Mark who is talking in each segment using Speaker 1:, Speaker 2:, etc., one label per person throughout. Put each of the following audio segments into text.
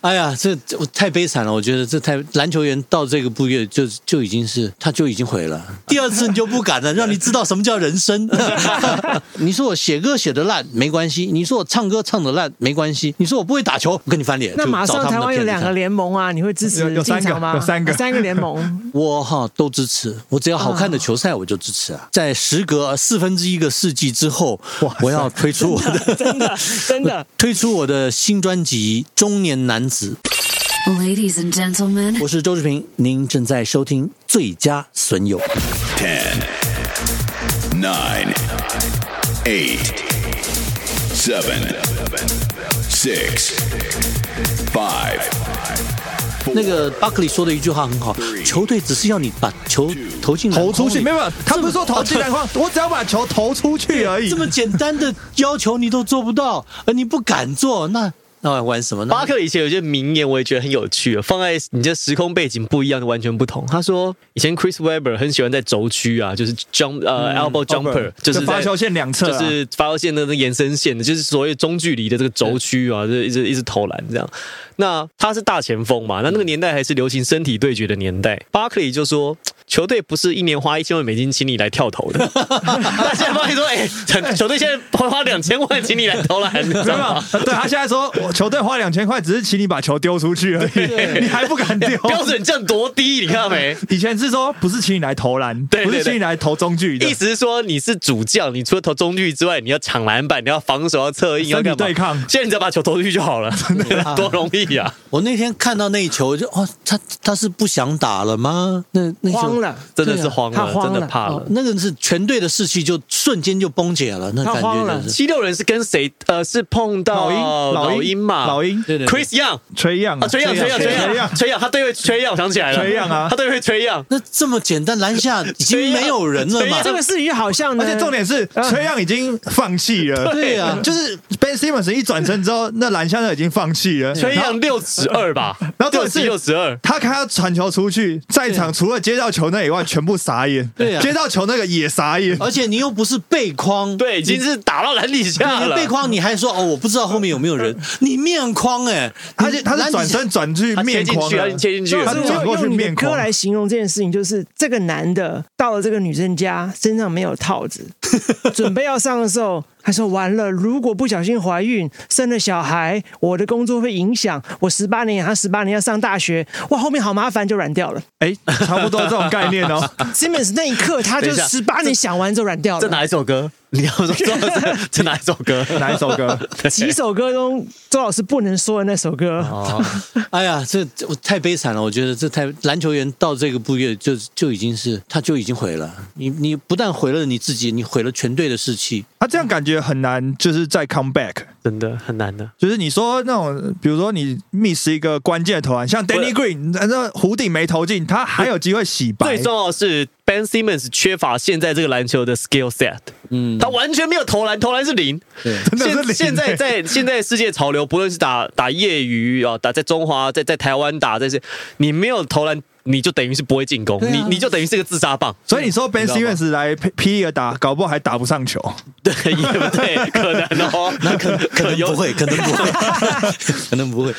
Speaker 1: 哎呀，这这我太悲惨了！我觉得这太篮球员到这个步月就就已经是他就已经毁了。第二次你就不敢 了，让你知道什么叫人生。你说我写歌写的烂没关系，你说我唱歌唱的烂没关系，你说我不会打球，我跟你翻脸。
Speaker 2: 那
Speaker 1: 就
Speaker 2: 马
Speaker 1: 找
Speaker 2: 上
Speaker 1: 他
Speaker 2: 台
Speaker 1: 们的
Speaker 2: 湾有
Speaker 1: 片子
Speaker 2: 两
Speaker 1: 看，
Speaker 2: 个联盟啊，你会支
Speaker 3: 有
Speaker 2: 持进
Speaker 3: 有三个
Speaker 2: 场吗？
Speaker 3: 有三个
Speaker 2: 三个联盟
Speaker 1: 我哈都支持，我只要好看的球赛我就支持啊。在时隔四分之一个世纪之后，我要推出我的
Speaker 2: 真的真的。
Speaker 1: 推出我的新专辑《中年男子》。
Speaker 4: Ladies and gentlemen,
Speaker 1: 我是周志平，您正在收听《最佳损友》。
Speaker 5: 10, 9, 8, 7, 6, 5,
Speaker 1: 那
Speaker 5: 4,
Speaker 1: 个巴克利说的一句话很好，球队只是要你把球投进篮
Speaker 3: 投出
Speaker 1: 筐
Speaker 3: 去
Speaker 1: 里哦
Speaker 3: 没有，他不是说投进篮 筐，我只要把球投出去而已
Speaker 1: 这。么简单的要求你都做不到，而你不敢做，那那还玩什么呢？
Speaker 6: 巴克利以前有句名言，我也觉得很有趣哦，放在你这时空背景不一样的完全不同。他说，以前 Chris Webber 很喜欢在轴区啊，就是 jump 呃、elbow jumper，就
Speaker 3: 嗯
Speaker 6: 是
Speaker 3: 哦就
Speaker 6: 在
Speaker 3: 发球线两侧啊
Speaker 6: 就是发球线的那个延伸线的，就是所谓中距离的这个轴区啊，就是一直一直投篮这样。那他是大前锋嘛，那那个年代还是流行身体对决的年代。巴克利就说。球队不是一年花一千万美金请你来跳投的， 那现在巴克利说，哎、球队现在花两千万请你来投篮，你知
Speaker 3: 没有
Speaker 6: 道
Speaker 3: 没
Speaker 6: 吗？
Speaker 3: 有，对他现在说，我球队花两千块，只是请你把球丢出去而 已，你还 不敢丢。
Speaker 6: 标准正多低，你看到没？
Speaker 3: 以前是说不是请你来投篮，
Speaker 6: 对对
Speaker 3: 不是请
Speaker 6: 对
Speaker 3: 你来投中距的，
Speaker 6: 意思是说你是主将，你除了投中距之外，你要抢篮板，你要防守，要策应，要
Speaker 3: 身体
Speaker 6: 干嘛？
Speaker 3: 对抗啊
Speaker 6: 现在你只要把球投出去就好了， 多容易啊呀、
Speaker 1: 我那天看到那一球就哦，他他是不想打了吗？那那球
Speaker 2: 慌了，
Speaker 6: 真
Speaker 3: 啊
Speaker 6: 的是慌了，
Speaker 2: 他慌了
Speaker 6: 真的怕了
Speaker 2: 哦。
Speaker 1: 那个是全队的士气就瞬间就崩解了，那
Speaker 2: 他
Speaker 1: 感
Speaker 2: 慌
Speaker 1: 觉
Speaker 2: 了
Speaker 1: 就是。
Speaker 6: 七六人是跟谁？呃，是碰到
Speaker 3: 老鹰
Speaker 6: 哦老
Speaker 3: 鹰
Speaker 6: 鹰嘛？
Speaker 3: 老鹰嗯
Speaker 1: 对对对
Speaker 6: Chris Young
Speaker 3: 崔样
Speaker 6: 啊，崔样，崔样，
Speaker 3: 崔
Speaker 6: 崔
Speaker 3: 样
Speaker 6: 样，，崔样，他对位崔样，我想起来了，
Speaker 3: 崔样啊
Speaker 6: 他对位崔样，
Speaker 1: 那这么简单篮下已经没有人了 嘛
Speaker 2: 这？个事情好像呢，
Speaker 3: 而且重点是
Speaker 6: 嗯
Speaker 3: 崔样已经放弃了，
Speaker 1: 对啊
Speaker 3: 就是 Ben Simmons 一转身之后，那篮下那已经放弃了，
Speaker 6: 崔
Speaker 3: 然后
Speaker 6: 样六尺二吧，
Speaker 3: 然后这
Speaker 6: 六
Speaker 3: 个是
Speaker 6: 十六十二。
Speaker 3: 他看他传球出去，在场除了接到球那以外，全部傻眼。
Speaker 1: 对啊哦
Speaker 3: 接到球那个也傻眼。
Speaker 1: 而且你又不是背框，
Speaker 6: 对，已经是打到篮底下
Speaker 1: 你
Speaker 6: 了。
Speaker 1: 背框你还说哦，我不知道后面有没有 人，你面框哎、
Speaker 3: 而且他是转身转去
Speaker 6: 他切
Speaker 3: 面
Speaker 6: 进
Speaker 3: 框
Speaker 6: 去，
Speaker 3: 啊
Speaker 6: 他，切进去
Speaker 2: 就
Speaker 6: 了，
Speaker 3: 他
Speaker 2: 是
Speaker 3: 转
Speaker 2: 我
Speaker 3: 过去
Speaker 2: 用你的
Speaker 3: 面
Speaker 2: 歌
Speaker 3: 框
Speaker 2: 来形容这件事情，就是这个男的到了这个女生家，身上没有套 子，准备要上的时候，他说：“完了，如果不小心怀孕生了小孩，我的工作会影响我十八年，他十八年要上大学，哇，后面好麻烦，就软掉了。
Speaker 3: 哎，差不多这种概念哦。
Speaker 2: ”Simmons 那一刻，他就
Speaker 6: 等一下
Speaker 2: 十八年想完就软掉
Speaker 6: 这
Speaker 2: 了。
Speaker 6: 哪一首歌？你要说 这这哪一首歌？
Speaker 3: 哪一首歌？
Speaker 2: 几首歌中，周老师不能说的那首歌，
Speaker 1: 哎呀，这这我太悲惨了！我觉得这太篮球员到这个步月就就已经是他就已经毁了。你你不但毁了你自己，你毁了全队的士气。
Speaker 3: 他这样感觉很难，就是再 come back。
Speaker 6: 真的很难的。
Speaker 3: 就是你说那种，比如说你 miss 一个关键的投篮，像 Danny Green，那弧顶没投进，他还有机会洗白。
Speaker 6: 最重要的是，Ben Simmons 缺乏现在这个篮球的 skill set，嗯，他完全没有投篮，投篮是零。
Speaker 3: 真的是零
Speaker 6: 现现在 在现在世界潮流，不论是打打业余啊，打在中华，在在台湾打这些，你没有投篮，你就等于是不会进攻，
Speaker 1: 啊
Speaker 6: 你你就等于是个自杀棒。
Speaker 3: 所以你说 Ben
Speaker 6: 知道吗
Speaker 3: Simmons 来霹霹雳尔打，搞不好还打不上球。
Speaker 6: 对，也不 对，可能 哦，那可
Speaker 1: 可能不
Speaker 6: 有。
Speaker 1: 会，可能不会， 可能不会。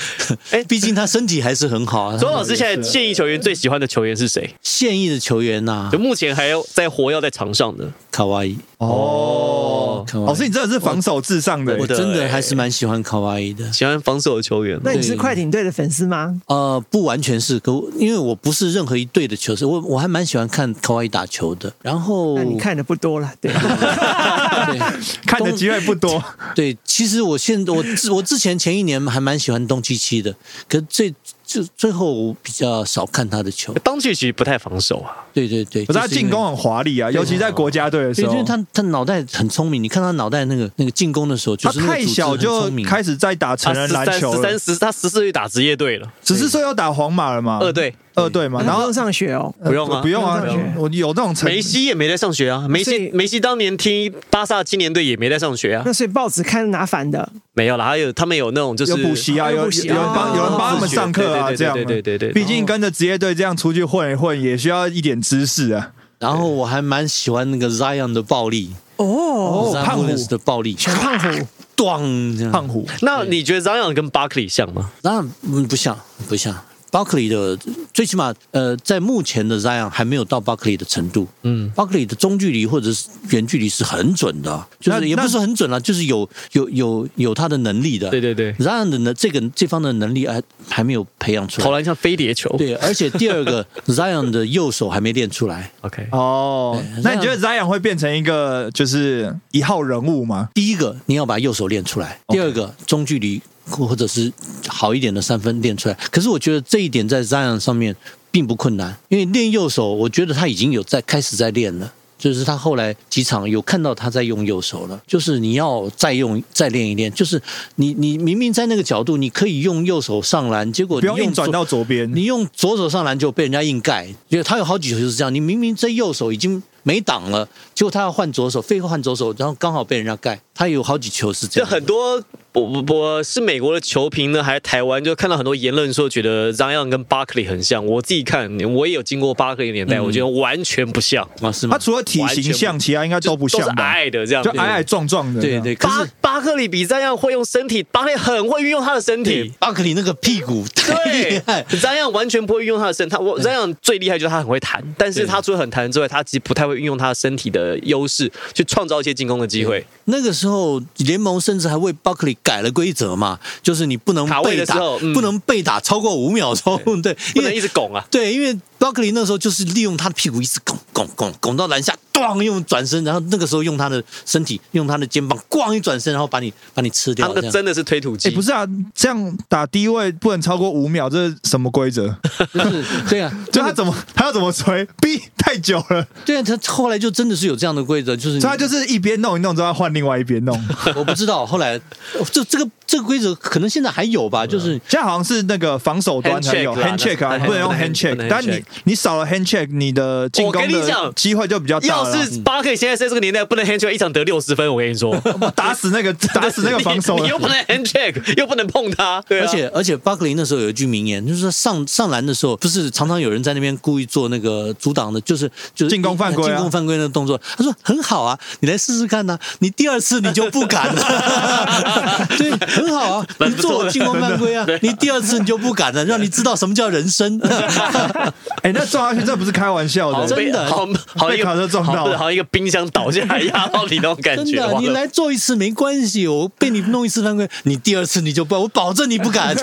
Speaker 1: 哎，
Speaker 6: 哎
Speaker 1: 毕竟他身体还是很好啊。
Speaker 6: 周老师现在现役球员最喜欢的球员是谁？
Speaker 1: 现役的球员呐、
Speaker 6: 就目前还有在活跃在场上的。
Speaker 1: 卡哇伊，
Speaker 3: 哦，
Speaker 1: 卡哇
Speaker 3: 老
Speaker 1: 伊
Speaker 3: 师，你真的是防守至上的
Speaker 1: 我。真的
Speaker 6: 对
Speaker 1: 还是蛮喜欢卡哇伊的。
Speaker 6: 喜欢防守的球员。
Speaker 2: 那你是快艇队的粉丝吗？
Speaker 1: 呃，不完全是，可我因为我不是任何一队的球员，我我还蛮喜欢看卡哇伊打球的。然后
Speaker 6: 哦
Speaker 2: 那你看的不多了， 对。
Speaker 1: 对
Speaker 3: 看的机会不多，
Speaker 1: 对，其实我现我之我之前前一年还蛮喜欢东契奇的，可最最最后我比较少看他的球。
Speaker 6: 当季其实不太防守啊，
Speaker 1: 对对对，
Speaker 3: 可是他
Speaker 1: 就是因
Speaker 3: 进
Speaker 1: 为
Speaker 3: 攻。哦很华丽啊，尤其在国家队的
Speaker 1: 对，
Speaker 3: 时
Speaker 1: 因为
Speaker 3: 候。
Speaker 1: 他他脑袋很聪明，你看他脑袋那个那个进攻的时候，就
Speaker 3: 他
Speaker 1: 是那个
Speaker 3: 太
Speaker 1: 组织
Speaker 3: 小
Speaker 1: 很
Speaker 3: 就
Speaker 1: 聪明
Speaker 3: 开始在打成人篮球
Speaker 6: 啊
Speaker 3: 了
Speaker 6: 十三，十他十四岁打职业队了，
Speaker 3: 只是说要打皇马了嘛，
Speaker 6: 二队
Speaker 3: 二队嘛，然
Speaker 2: 然
Speaker 3: 后
Speaker 2: 后上学哦，
Speaker 3: 呃
Speaker 6: 不用啊
Speaker 3: 不用啊
Speaker 2: 不用上，学
Speaker 3: 我有那种成
Speaker 6: 梅西也没在上学啊，梅
Speaker 2: 所
Speaker 6: 西
Speaker 2: 以
Speaker 6: 梅西当年踢巴萨青年队也没在上学啊
Speaker 2: 那，所以报纸看拿反的，
Speaker 6: 没有啦，还有他们有那种就是
Speaker 3: 有补习啊，
Speaker 2: 有
Speaker 3: 有
Speaker 2: 补
Speaker 3: 有
Speaker 2: 习
Speaker 3: 有人
Speaker 2: 啊
Speaker 3: 帮有人帮他们上课啊，
Speaker 6: 对对对
Speaker 3: 这样
Speaker 6: 对对对对对
Speaker 3: 毕竟跟着职业队这样出去混一混，也需要一点知识啊。
Speaker 1: 然后我还蛮喜欢那个 Zion 的暴力
Speaker 2: 哦，
Speaker 1: ，Zion
Speaker 3: 胖虎
Speaker 1: Williams 的暴力，
Speaker 2: 小胖虎，
Speaker 1: 咣这
Speaker 3: 胖
Speaker 1: 样。
Speaker 3: 虎
Speaker 6: 那你觉得 Zion 跟 Barkley 像吗？
Speaker 1: 当然嗯不像不像 Barkley 的，最起码呃，在目前的 Zion 还没有到 Barkley 的程度。
Speaker 6: 嗯，
Speaker 1: Barkley 的中距离或者是远距离是很准的，啊就
Speaker 3: 那
Speaker 1: 是也不
Speaker 3: 那
Speaker 1: 是很准了、啊就是有有有有他的能力的。
Speaker 6: 对对对，
Speaker 1: Zion 的能这个这方的能力还还没有培养出
Speaker 6: 投
Speaker 1: 来。
Speaker 6: 篮像飞碟球。
Speaker 1: 对，而且第二个 Zion 的右手还没练出来。
Speaker 6: ，OK，
Speaker 3: 哦，那你
Speaker 1: 这
Speaker 3: 觉
Speaker 1: 样
Speaker 3: 得 Zion 会变成一个就是一号人物吗？
Speaker 1: 第一个你要把右手练出来，
Speaker 3: OK
Speaker 1: 第二个中距离或者是好一点的三分练出来。可是我觉得这一点在 Zion 上面并不困难，因为练右手，我觉得他已经有在开始在练了。就是他后来几场有看到他在用右手了，就是你要再用再练一练，就是你你明明在那个角度，你可以用右手上篮，结果你
Speaker 3: 不用硬转
Speaker 1: 左
Speaker 3: 到左边，
Speaker 1: 你用左手上篮就被人家硬盖，因为他有好几球就是这样。你明明这右手已经没挡了，结果他要换左手，废话换左手，然后刚好被人家盖。他有好几球是这
Speaker 6: 这
Speaker 1: 样的。
Speaker 6: 很多我我我是美国的球评呢，还是台湾就看到很多言论说觉得 Zion 跟 Barkley 很像。我自己看，我也有经过 Barkley 的年
Speaker 3: 嗯
Speaker 6: 代，我觉得完全不像，
Speaker 1: 啊，是吗
Speaker 3: 他？除了体型像，其他应该都嗯不像
Speaker 6: 都是
Speaker 3: 吧？
Speaker 6: 矮的这样，
Speaker 3: 就矮矮。壮壮的这哎
Speaker 1: 对
Speaker 3: 样，
Speaker 1: 对，可
Speaker 6: 巴
Speaker 1: 是
Speaker 6: 巴克利比 Zion 会用身体，巴克利很会运用他的身
Speaker 1: 对
Speaker 6: 体。
Speaker 1: 巴克利那个屁股太厉
Speaker 6: 对
Speaker 1: 害，
Speaker 6: ，Zion 完全不会运用他的身体。他我 Zion 最厉害就是他很会弹，但是
Speaker 1: 对
Speaker 6: 他除了很弹之外，他其实不太会运用他的身体的优势去创造一些进攻的机会。
Speaker 1: 那个时候联盟甚至还为 Buckley 改了规则嘛，就是你不能
Speaker 6: 卡位
Speaker 1: 被
Speaker 6: 的
Speaker 1: 打
Speaker 6: 时候，嗯
Speaker 1: 不能被打超过五秒 钟，对，
Speaker 6: 不
Speaker 1: 因
Speaker 6: 能
Speaker 1: 为
Speaker 6: 一直拱啊。
Speaker 1: 对，因为 Buckley 那时候就是利用他的屁股一直拱拱拱拱到篮下，咣用转身，然后那个时候用他的身体，用他的肩膀，咣一转身，然后把你把你吃
Speaker 6: 他
Speaker 1: 掉。
Speaker 6: 那
Speaker 1: 这
Speaker 6: 个
Speaker 1: 样
Speaker 6: 真的是推土机，
Speaker 3: 哎，不是啊，这样打低位不能超过五秒，这是什么规 则？
Speaker 1: 就是 对啊，
Speaker 3: 就他怎么他要怎么吹？B 太久了，
Speaker 6: 嗯
Speaker 1: 对啊，他后来就真的是有这样的规则，就是你
Speaker 3: 所以他就是一边弄一弄，之后要换另外一边弄。
Speaker 1: 我不知道后来呃这这个这个规则可能现在还有吧，就是
Speaker 3: 现在好像是那个防守端才有 hand
Speaker 6: Hand check
Speaker 3: check
Speaker 6: 啦
Speaker 3: 啊，
Speaker 6: 那
Speaker 3: 不能用
Speaker 6: 不能
Speaker 3: hand check，
Speaker 6: 不能 hand
Speaker 3: 但你
Speaker 6: check
Speaker 3: 你少了 hand check，你的进
Speaker 6: 我
Speaker 3: 攻
Speaker 6: 跟你讲
Speaker 3: 的机会就比较大
Speaker 6: 要
Speaker 3: 了。
Speaker 6: 是巴克利现在在这个年代不能 hand check 一场得六十分，我跟你说，
Speaker 3: 打死 那个 打死那个防守
Speaker 6: 你
Speaker 3: 的
Speaker 6: 你，又不能 hand check，又不能碰他，对
Speaker 1: 而
Speaker 6: 啊
Speaker 1: 且而且巴克林那时候有一句名言，就是说上上篮的时候，不是常常有人在那边故意做那个阻挡的，就是就是
Speaker 3: 进攻犯规啊
Speaker 1: 进攻犯规那个动作。他说很好啊，你来试试看呐、你第二次你就不 敢了，对，很好啊，你做我进攻犯规啊，你第二次你就不敢了，让你知道什么叫 人生。
Speaker 3: 哎，那撞下去这不是开玩笑
Speaker 6: 好
Speaker 3: 的
Speaker 6: 像，被
Speaker 1: 真的
Speaker 6: 好好
Speaker 3: 被
Speaker 6: 一个
Speaker 3: 卡车撞到
Speaker 6: 好不是好像一个冰箱倒下来压到你那种感
Speaker 1: 真
Speaker 6: 觉，
Speaker 1: 的，
Speaker 6: 哇
Speaker 1: 你来做一次没关系，我被你弄一次犯规，你第二次你就不敢，我保证你不敢。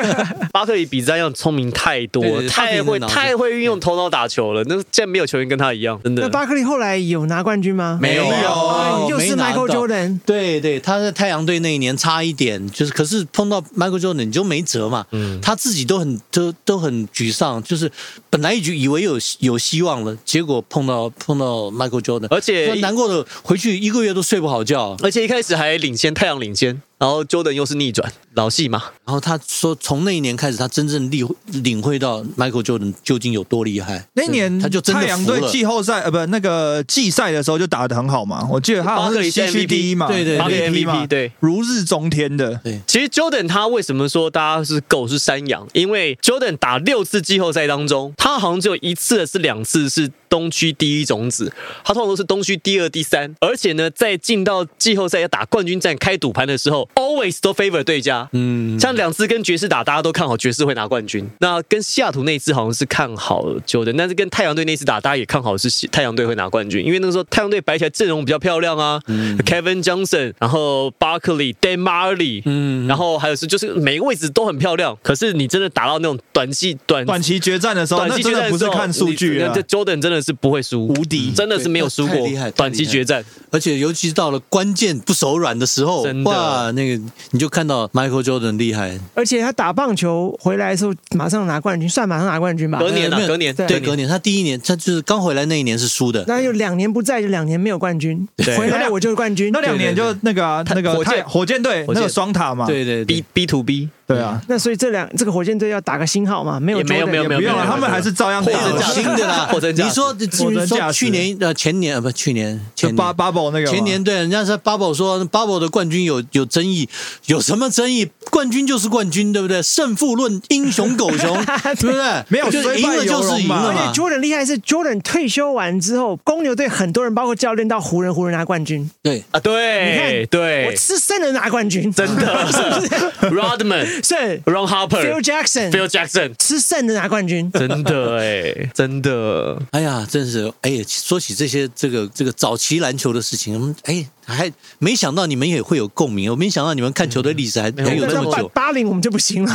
Speaker 6: 巴克利比詹要聪明太多，
Speaker 1: 对对对
Speaker 6: 太
Speaker 1: 他比
Speaker 6: 会
Speaker 1: 你脑子
Speaker 6: 太会运用头脑打球了。那现在没有球员跟他一样，真
Speaker 2: 那
Speaker 6: 的。
Speaker 2: 巴克利后来有拿冠军吗？
Speaker 6: 没有
Speaker 2: 啊
Speaker 3: 哎
Speaker 2: 又是
Speaker 1: 没拿
Speaker 2: Michael
Speaker 1: 到
Speaker 2: Jordan
Speaker 1: 对对，他在太阳队那一年差一点，就是可是碰到 Michael Jordan 你就没辙嘛，
Speaker 6: 嗯
Speaker 1: 他自己都很都都很沮丧，就是本来一局以为有有希望了，结果碰到碰到 Michael Jordan，
Speaker 6: 而且
Speaker 1: 他难过的回去一个月都睡不好觉，
Speaker 6: 而且一开始还领先太阳领先，然后 Jordan 又是逆转，老戏嘛。
Speaker 1: 然后他说从那一年开始，他真正领领会到 Michael Jordan 究竟有多厉害，
Speaker 3: 那一年
Speaker 1: 他就真的
Speaker 3: 太阳
Speaker 1: 服
Speaker 3: 队
Speaker 1: 了
Speaker 3: 季后赛呃不那个季赛的时候就打得很好嘛，我记得他好像是西区第一嘛，
Speaker 1: 巴克利是 MVP
Speaker 3: 巴克利
Speaker 6: 对对
Speaker 3: MVP 嘛，
Speaker 6: 对
Speaker 3: 如日中天的。
Speaker 1: 对。
Speaker 6: 其实 Jordan 他为什么说大家是狗是山羊？因为 Jordan 打六次季后赛当中，他好像只有一次是两次是东区第一种子，他通常都是东区第二、第三。而且呢，在进到季后赛要打冠军战开赌盘的时候，always 都 favor 对家。嗯，像两次跟爵士打，大家都看好爵士会拿冠军。那跟西雅图那一次好像是看好 Jordan，但是跟太阳队那次打，大家也看好是西太阳队会拿冠军，因为那个时候太阳队摆起来阵容比较漂亮啊、k
Speaker 3: 嗯
Speaker 6: e v i n Johnson，然后 Barkley、Dan Marley，嗯，然后还有是就是每个位置都很漂亮。可是你真的打到那种短期短
Speaker 3: 短期决战的时候，
Speaker 6: 短
Speaker 3: 那
Speaker 6: 期
Speaker 3: 真
Speaker 6: 决
Speaker 3: 的
Speaker 6: 战
Speaker 3: 不是看数据
Speaker 6: 啊
Speaker 3: 啊，，
Speaker 6: 这 Jordan 真的是不会输，
Speaker 3: 无敌
Speaker 6: 真的是没有输
Speaker 1: 对太
Speaker 6: 过
Speaker 1: 厉害太厉害
Speaker 6: 短期决战。
Speaker 1: 而且尤其到了关键不手软的时候
Speaker 6: 真，的
Speaker 1: 哇，那个你就看到 Michael Jordan 厉害，
Speaker 2: 而且他打棒球回来的时候，马上拿冠军，算马上拿冠军吧。
Speaker 6: 隔年
Speaker 1: 呃
Speaker 6: 啊
Speaker 1: 没有
Speaker 6: 隔年
Speaker 1: 对，隔年他第一年，他就是刚回来那一年是输的，
Speaker 2: 那就两年不在，就两年没有冠军，回来我就是冠军。
Speaker 3: 那两年就那个啊，那个
Speaker 6: 火箭
Speaker 3: 太火箭队
Speaker 6: 火
Speaker 3: 那
Speaker 6: 箭
Speaker 1: 啊
Speaker 3: 个双塔嘛，
Speaker 1: 对对对
Speaker 6: B B to B，
Speaker 3: 对啊，
Speaker 2: 那所以这两这个火箭队要打个星号嘛？没有
Speaker 6: 也没
Speaker 2: Jordan
Speaker 6: 有哦没有
Speaker 3: 也
Speaker 6: 没有
Speaker 3: 不用了，
Speaker 6: 没有
Speaker 3: 啊他们还是照样
Speaker 6: 货
Speaker 3: 打
Speaker 6: 真价
Speaker 3: 了
Speaker 6: 实
Speaker 1: 新的 啦，
Speaker 6: 货真价实
Speaker 1: 你说
Speaker 3: 货真价
Speaker 1: 说
Speaker 3: 实
Speaker 1: 去年呃前年呃不去年
Speaker 3: 就
Speaker 1: 前年
Speaker 3: 八啊 bubble 那个嘛
Speaker 1: 前年对人家说 Bubble 说 Bubble 的冠军有有争议，有什么争议？冠军就是冠军，对不对？胜负论，英雄狗熊，对不对？
Speaker 3: 没有
Speaker 1: 就是赢了就是赢了
Speaker 3: 虽败犹荣
Speaker 1: 嘛
Speaker 6: 哎
Speaker 3: 嘛。
Speaker 2: Jordan 厉害是 Jordan 退休完之后，公牛队很多人，包括教练到湖人，湖人拿冠军。
Speaker 1: 对，
Speaker 6: 啊，
Speaker 2: 你看
Speaker 6: 对，
Speaker 2: 我
Speaker 6: 对，
Speaker 2: 是圣人拿冠军，
Speaker 6: 真 的 Rodman、
Speaker 2: 是
Speaker 6: Ron
Speaker 2: Phil
Speaker 6: Harper、Phil
Speaker 2: Jackson
Speaker 6: Jackson，
Speaker 2: 是圣人拿冠军。
Speaker 6: 真的哎，真的
Speaker 1: 哎呀，真是哎，说起这些这个这个早期篮球的事情，嗯哎，还没想到你们也会有共鸣，我没想到你们看球的历史还还有这么
Speaker 2: 八
Speaker 1: 久。
Speaker 2: 哎八零我们就不行 了，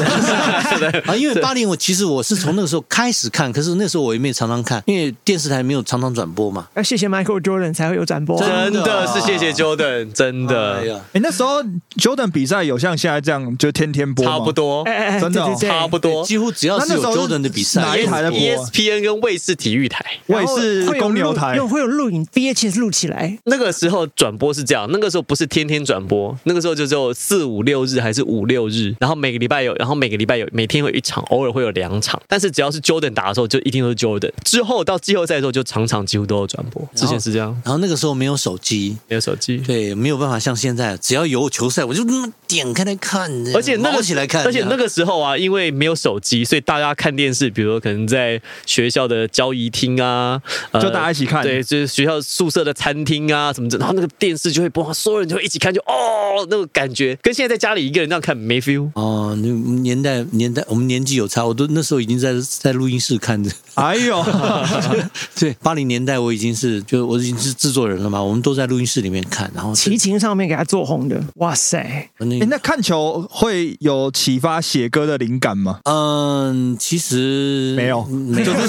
Speaker 1: 啊，因为八零我其实我是从那个时候开始看，可是那时候我也没有常常看，因为电视台没有常常转播嘛。
Speaker 2: 哎要谢谢 Michael Jordan 才会有转播啊、
Speaker 1: 真
Speaker 6: 真
Speaker 1: 的
Speaker 6: 的是谢谢 Jordan，真
Speaker 1: 哎
Speaker 6: 的
Speaker 1: 呀，
Speaker 3: 哎，那时候 Jordan 比赛有像现在这样就天天播吗
Speaker 6: 差不，多
Speaker 2: 哎，哎哎，
Speaker 3: 真的哦
Speaker 2: 对对对
Speaker 6: 差不多。E
Speaker 1: 几乎只要是有
Speaker 3: 那那时候
Speaker 1: Jordan 的比赛，
Speaker 3: 哪一台的播
Speaker 6: ESPN 跟卫视体育台。
Speaker 3: 我也是公牛台
Speaker 2: 用会有录影 VHS 录起来，
Speaker 6: 那个时候转播是这样，那个时候不是天天转播，那个时候就只有四五六日还是五六日，然后每个礼拜有，然后每个礼拜有，每天会有一场，偶尔会有两场，但是只要是 Jordan 打的时候，就一定都是 Jordan。之后到季后赛的时候，就场场几乎都有转播。之前是这样，
Speaker 1: 然后那个时候没有手机，
Speaker 6: 没有手机。
Speaker 1: 对，没有办法像现在，只要有球赛，我就那么点开来看，
Speaker 6: 而且那
Speaker 1: 毛
Speaker 6: 个
Speaker 1: 起来看，
Speaker 6: 而且那个时候啊，因为没有手机，所以大家看电视，比如说可能在学校的交谊厅啊，呃
Speaker 3: 就大家一起看
Speaker 6: 对，就是学校宿舍的餐厅啊什么的，然后那个电视就会播，所有人就会一起看，就哦那个感觉，跟现在在家里一个人这样看没 feel。
Speaker 1: 哦，那年代年代我们年纪有差，我都那时候已经在在录音室看 着。
Speaker 3: 哎呦，
Speaker 1: 对，八零年代我已经是就我已经是制作人了嘛，我们都在录音室里面看，然后
Speaker 2: 齐秦上面给他做红的，哇塞！
Speaker 1: 那
Speaker 3: 诶那看球会有启发写歌的灵感吗？
Speaker 1: 嗯，其实
Speaker 3: 没有
Speaker 1: 没有，
Speaker 3: 嗯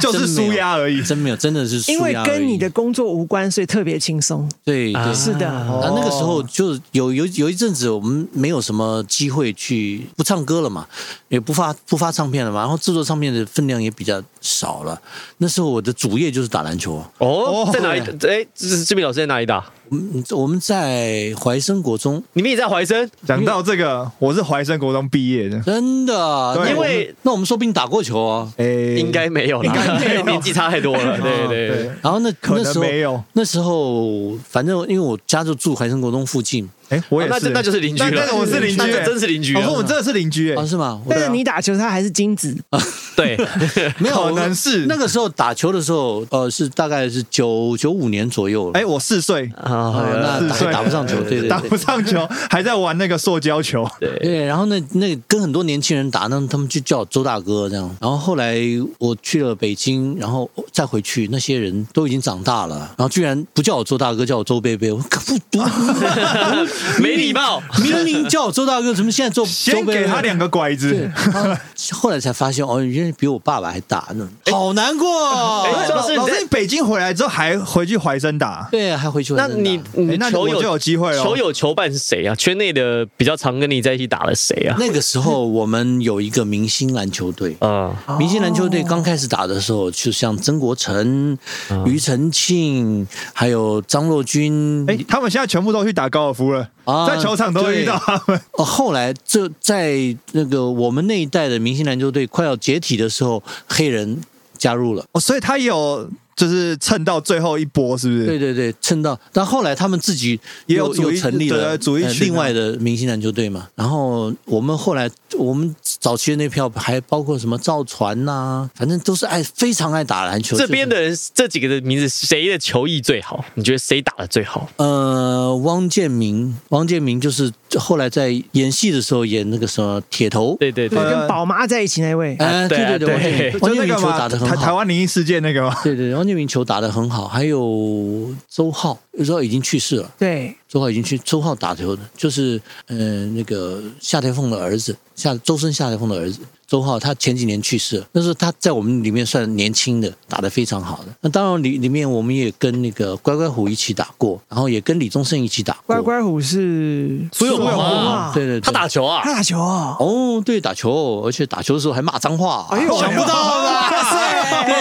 Speaker 3: 就 是 舒就
Speaker 1: 真
Speaker 3: 是
Speaker 1: 没有
Speaker 3: 舒压而已
Speaker 1: 真没有，真的是舒
Speaker 2: 因为
Speaker 1: 压而已
Speaker 2: 跟你的工作无关，所以特别轻松。
Speaker 1: 对对
Speaker 2: 是的，
Speaker 1: 啊，那个时候就有有有一阵子，我们没有什么机会去不唱歌了嘛，也不发不发唱片了嘛，然后制作唱片的分量也比较少了。那时候我的主业就是打篮球，
Speaker 6: 哦，在哪里？哎，志志明老师在哪里打？
Speaker 1: 我们我们在怀生国中，
Speaker 6: 你们也在怀生？
Speaker 3: 讲到这个，我是怀生国中毕业的，
Speaker 1: 真的，
Speaker 3: 对
Speaker 1: 那我们
Speaker 6: 因为
Speaker 1: 那我们说不定打过球啊。
Speaker 3: 诶，
Speaker 6: 应该没有啦，
Speaker 3: 嗯应该没有哦
Speaker 6: 年纪差太 多了。对对对
Speaker 3: 对。，
Speaker 1: 然后那
Speaker 3: 可能
Speaker 1: 那时候
Speaker 3: 没有
Speaker 1: 那时候反正因为我家就住怀生国中附近
Speaker 3: 哎，我也
Speaker 6: 哦那
Speaker 3: 是，
Speaker 6: 那就是邻居了
Speaker 3: 那那我是邻居，
Speaker 6: 那真是邻居啊哦
Speaker 3: 我说我真的是邻居，
Speaker 1: 啊，
Speaker 3: 哎，
Speaker 1: 是吗？我
Speaker 2: 但是你打球，他还是精子，
Speaker 6: 对，
Speaker 1: 没有，
Speaker 3: 可能
Speaker 1: 我
Speaker 3: 是
Speaker 1: 那个时候打球的时候，呃，是大概是九九五年左右了。
Speaker 3: 哎，我四岁，
Speaker 1: 啊
Speaker 6: 啊，
Speaker 1: 那
Speaker 3: 四
Speaker 1: 打
Speaker 3: 岁
Speaker 1: 打不上球，对对
Speaker 3: 打
Speaker 1: 对
Speaker 3: 不。上球，还在玩那个塑胶 球，
Speaker 1: 对，然后那那跟很多年轻人打，那他们就叫我周大哥这样。然后后来我去了北京，然后再回去，那些人都已经长大了，然后居然不叫我周大哥，叫我周贝贝。我 可不不，
Speaker 6: 没礼貌。
Speaker 1: 明明叫我周大哥，怎么现在周周
Speaker 3: 先
Speaker 1: 贝
Speaker 3: 给他
Speaker 1: 贝？
Speaker 3: 两个拐子，
Speaker 1: 啊后来才发现，哦，原来比我爸爸还大呢，好难过。
Speaker 6: 哎这
Speaker 3: 老
Speaker 6: 是你
Speaker 3: 老
Speaker 6: 在
Speaker 3: 师，你北京回来之后还回去怀生打，
Speaker 1: 对，还回去我
Speaker 6: 那
Speaker 1: 还在打。
Speaker 6: 你你
Speaker 3: 哎那
Speaker 6: 球
Speaker 3: 我
Speaker 6: 友
Speaker 3: 就有机会咯
Speaker 6: 球友球伴是谁啊？圈内的比较常跟你在一起打的谁啊？
Speaker 1: 那个时候我们有一个明星篮球队，
Speaker 6: 嗯，
Speaker 3: 哦
Speaker 1: 明星篮球队刚开始打的时候，就像曾国成、
Speaker 3: 嗯
Speaker 1: 庾澄庆，还有张若昀。
Speaker 3: 哎，他们现在全部都去打高尔夫了
Speaker 1: 啊，
Speaker 3: 在球场都会遇到他们，
Speaker 1: 哦，后来这在那个我们那一代的明星篮球队快要解体的时候，黑人加入了。
Speaker 3: 哦，所以他也有就是蹭到最后一波，是不是？
Speaker 1: 对对对，趁到，但后来他们自己
Speaker 3: 也有
Speaker 1: 有
Speaker 3: 组一
Speaker 1: 成立
Speaker 3: 对
Speaker 1: 了
Speaker 3: 对组一
Speaker 1: 呃
Speaker 3: 群啊
Speaker 1: 另外的明星篮球队嘛。然后我们后来我们早期的那票还包括什么赵传呐、反正都是爱非常爱打篮球。
Speaker 6: 这边
Speaker 1: 就是
Speaker 6: 的人这几个的名字，谁的球艺最好？你觉得谁打的最好？
Speaker 1: 呃，汪建民，汪建民就是后来在演戏的时候演那个什么铁头，
Speaker 6: 对对对
Speaker 3: 呃，
Speaker 2: 跟宝妈在一起那位，
Speaker 1: 哎，
Speaker 6: 对啊
Speaker 1: 对对
Speaker 6: 对
Speaker 1: 汪建民
Speaker 6: 就
Speaker 1: 汪建民
Speaker 3: 就那 个
Speaker 1: 球打
Speaker 3: 嘛，
Speaker 1: 得很
Speaker 3: 台台
Speaker 1: 好。
Speaker 3: 湾灵异事件那个嘛，
Speaker 1: 对对，汪建民球打得很好，还有周浩，周浩已经去世了。
Speaker 2: 对，
Speaker 1: 周浩已经去，周浩打球的，就是呃那个夏台凤的儿子，夏周深夏台凤的儿子周浩，他前几年去世了，那时候他在我们里面算年轻的，打得非常好的。那当然里里面我们也跟那个乖乖虎一起打过，然后也跟李宗盛一起打过。
Speaker 2: 乖乖虎是
Speaker 6: 苏有朋啊
Speaker 1: 对对对，
Speaker 6: 他打球啊
Speaker 2: 他？打球哦，
Speaker 1: 哎
Speaker 2: 哎 啊
Speaker 1: 哦，对，打球，而且打球的时候还骂脏话，哎呦，想不到吧？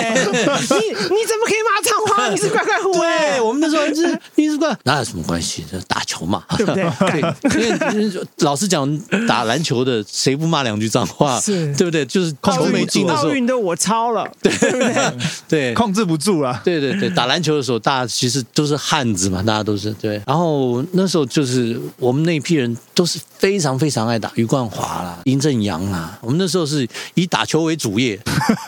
Speaker 2: 你你怎么可以骂脏话？你是乖乖虎哎
Speaker 1: 对，，我们那时候就是运动冠，哪有什么关系？就打球嘛，
Speaker 2: 对不对？干
Speaker 1: 对，因为老实讲，打篮球的谁不骂两句脏话？
Speaker 2: 是
Speaker 1: 对不对？就是球没进的时
Speaker 2: 奥
Speaker 1: 候，
Speaker 2: 运的我超了，对不对？
Speaker 1: 对。
Speaker 3: 控制不住啊了。
Speaker 1: 对对对，打篮球的时候，大家其实都是汉子嘛，大家都是对。然后那时候就是我们那一批人都是非常非常爱打，余冠华啦、殷正阳啦，我们那时候是以打球为主业。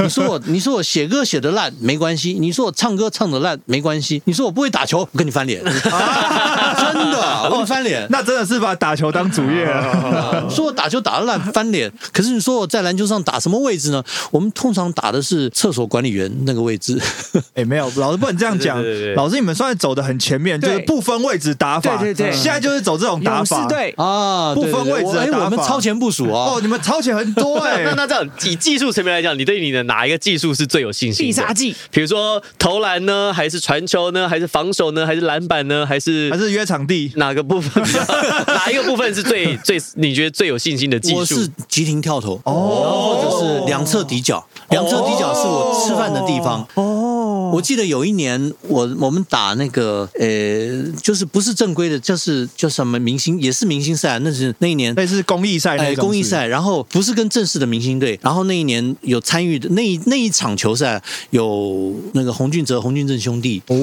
Speaker 1: 你说我，你说我写歌写的烂没关系，你说我唱歌唱的烂没关系，你说我不会打球，我跟你翻脸，真的，我跟你翻脸。
Speaker 3: 那真的是把打球当主业
Speaker 1: 哦
Speaker 3: 了。
Speaker 1: 说我打球打得烂翻脸，可是你说我在篮球上打什么位置呢？我们通常打的是厕所管理员那个位置，
Speaker 3: 哎，没有，老师不能这样讲
Speaker 6: 对对对对。
Speaker 3: 老师，你们算是走的很前面，就
Speaker 2: 对
Speaker 3: 是不分位置打法。
Speaker 2: 对对对
Speaker 3: 现在就是走这种打
Speaker 2: 勇士
Speaker 3: 法。
Speaker 2: 队
Speaker 1: 啊，
Speaker 3: 不
Speaker 1: 对对
Speaker 3: 分位
Speaker 1: 对
Speaker 3: 置
Speaker 1: 我
Speaker 3: 的
Speaker 1: 哎
Speaker 3: 打
Speaker 1: 我们
Speaker 3: 法
Speaker 1: 超前部署
Speaker 3: 哦
Speaker 1: 哦，。
Speaker 3: 你们超前很多哎。
Speaker 6: 那那这样，以技术层面来讲，你对你的哪一个技术是最有信心的？
Speaker 2: 必杀技，
Speaker 6: 比如说投篮呢，还是传球呢，还是防守呢，还是篮板呢，还是
Speaker 3: 还是约场地。
Speaker 6: 哪个部分？ 哪一个部分是最最你觉得最有信心的技
Speaker 1: 我是
Speaker 6: 术？
Speaker 1: 急停跳投，
Speaker 3: 哦
Speaker 1: 或者是两侧底角，两侧底角是我吃饭的地方。
Speaker 2: 哦，
Speaker 1: 我记得有一年，我我们打那个呃，就是不是正规的，就是叫什么明星，也是明星赛啊，那是那一年
Speaker 3: 类似公益赛那
Speaker 1: 哎，
Speaker 3: 种。
Speaker 1: 公益
Speaker 3: 是
Speaker 1: 赛，然后不是跟正式的明星队，然后那一年有参与的那一那一场球赛有那个洪俊哲、洪俊正兄弟、
Speaker 3: 哦，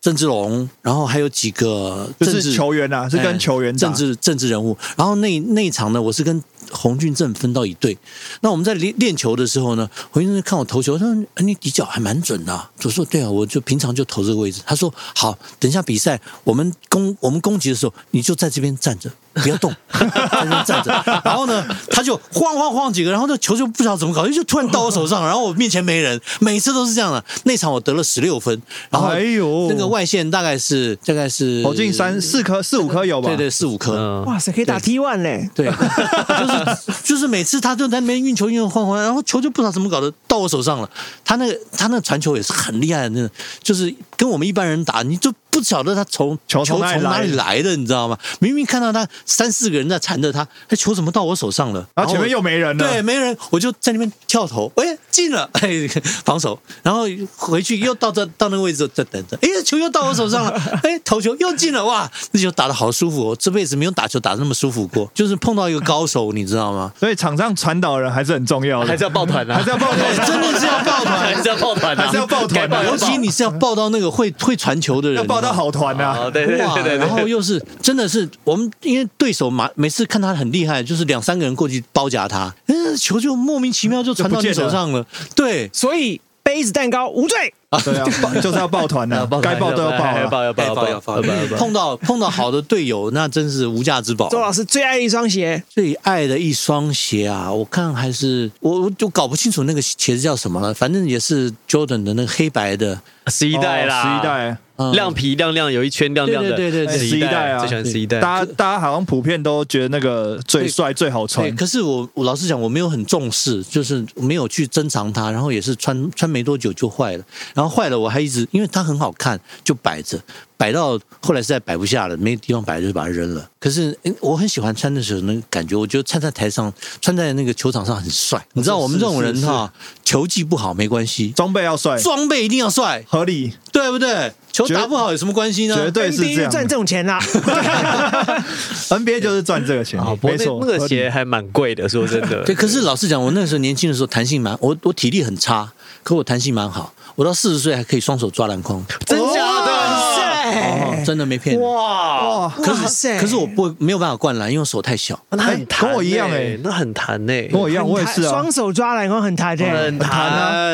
Speaker 1: 郑志龙，然后还有几个
Speaker 3: 就
Speaker 1: 政治
Speaker 3: 是球员啊，是
Speaker 1: 哎
Speaker 3: 跟球员打
Speaker 1: 政治政治人物。然后那那一场呢，我是跟洪俊正分到一队。那我们在练练球的时候呢，洪俊正看我投球，他说：“哎你底角还蛮准的、啊。”我说：“对啊，我就平常就投这个位置。”他说：“好，等一下比赛我们攻我们攻击的时候，你就在这边站着。”不要动， 在那边站着。然后呢，他就晃晃晃几个，然后这球就不知道怎么搞，就突然到我手上，然后我面前没人，每次都是这样的。那场我得了十六分，然后
Speaker 3: 哎呦
Speaker 1: 那个外线大概是大概是
Speaker 3: 投进三四颗四五颗有吧？
Speaker 1: 对对，四五颗。
Speaker 6: 嗯，
Speaker 2: 哇塞，可以打 T one 嘞，
Speaker 1: 对，就是就是每次他就在那边运球运球晃晃，然后球就不知道怎么搞的到我手上了。他那个他那个传球也是很厉害的，那个就是跟我们一般人打，你就不晓得他从
Speaker 3: 球
Speaker 1: 从
Speaker 3: 从哪里来
Speaker 1: 哪里来的，你知道吗？明明看到他三四个人在缠着他，他球怎么到我手上了？
Speaker 3: 然后前面又没人了
Speaker 1: 对，没人，我就在那边跳投，哎，进了，哎，防守，然后回去又到这到那个位置再等着，哎，球又到我手上了，哎，投球又进了，哇，那球打得好舒服、哦，我这辈子没有打球打得那么舒服过，就是碰到一个高手，你知道吗？
Speaker 3: 所以场上传导人还是很重要的，
Speaker 6: 还是要抱团啊，
Speaker 3: 还是要抱团，
Speaker 1: 真的是要抱团
Speaker 6: 还是要抱团啊，
Speaker 3: 还是要抱团啊
Speaker 6: 该抱要
Speaker 1: 尤
Speaker 6: 抱
Speaker 1: 其你是要报到那个会会传球的人，
Speaker 3: 要抱到好团
Speaker 6: 哦，
Speaker 3: 啊！
Speaker 6: 嗯对对对
Speaker 1: 哇
Speaker 6: 对对，
Speaker 1: 然后又是真的是我们，因为对手嘛，每次看他很厉害，就是两三个人过去包夹他，嗯，球就莫名其妙就传到你手上了。对，
Speaker 2: 所以杯子蛋糕无罪。
Speaker 3: 对啊，抱就是要抱团啊，该抱都要抱
Speaker 6: 要
Speaker 1: 哎
Speaker 3: 啊。
Speaker 6: 抱要抱要抱要抱要 抱。
Speaker 1: 碰到碰到好的队友，那真是无价之 宝。
Speaker 2: 周老师最爱一双鞋，
Speaker 1: 最爱的一双鞋啊，我看还是我我就搞不清楚那个鞋子叫什么了，反正也是 Jordan 的那个黑白的，
Speaker 6: 十一代
Speaker 3: 哦
Speaker 6: 啦，
Speaker 3: 十一代，
Speaker 1: 嗯
Speaker 6: 亮皮亮亮，有一圈亮亮的，哎
Speaker 1: 对对对对
Speaker 6: 十
Speaker 3: 11
Speaker 6: 一
Speaker 3: 代啊
Speaker 6: 最喜欢十一代。
Speaker 3: 大家大家好像普遍都觉得那个最帅、最好穿
Speaker 1: 对，。可是我我老实讲，我没有很重视，就是没有去珍藏它，然后也是穿穿没多久就坏了，然后坏了我还一直因为它很好看就摆着，摆到后来实在摆不下了，没地方摆就把它扔了。可是诶我很喜欢穿的时候那个感觉，我觉得穿在台上，穿在那个球场上很帅。你知道我们这种人哈，球技不好没关系，
Speaker 3: 装备要帅，
Speaker 1: 装备一定要帅，
Speaker 3: 合理，
Speaker 1: 对不对？球
Speaker 3: 绝
Speaker 1: 打不好有什么关系呢？
Speaker 3: 绝对
Speaker 2: 一
Speaker 3: 是
Speaker 2: 定
Speaker 3: 这样。
Speaker 2: 赚这种钱啦。
Speaker 3: NBA 就是赚这个钱
Speaker 6: 啊，，不过
Speaker 3: 没
Speaker 6: 那
Speaker 3: 错。
Speaker 6: 那个
Speaker 3: 合理
Speaker 6: 鞋还蛮贵的，说真的。
Speaker 1: 对， 可是老实讲，我那时候年轻的时候弹性蛮，我我体力很差，可我弹性蛮好。我到四十岁还可以双手抓篮筐，哦
Speaker 6: 真假
Speaker 2: 哇
Speaker 6: 的？
Speaker 2: 塞，
Speaker 1: 真的没骗你。
Speaker 6: 哇，
Speaker 3: 哇，
Speaker 1: 哦可
Speaker 2: 哇
Speaker 1: 是
Speaker 2: 塞
Speaker 1: 可是我不没有办法灌篮，因为我手太小。
Speaker 6: 那很弹
Speaker 3: 哎
Speaker 6: 欸
Speaker 3: 跟我一样欸
Speaker 6: 那很弹呢，
Speaker 3: 跟我一样，我也是啊
Speaker 2: 双。手抓篮筐很抬的
Speaker 6: 很。弹。啊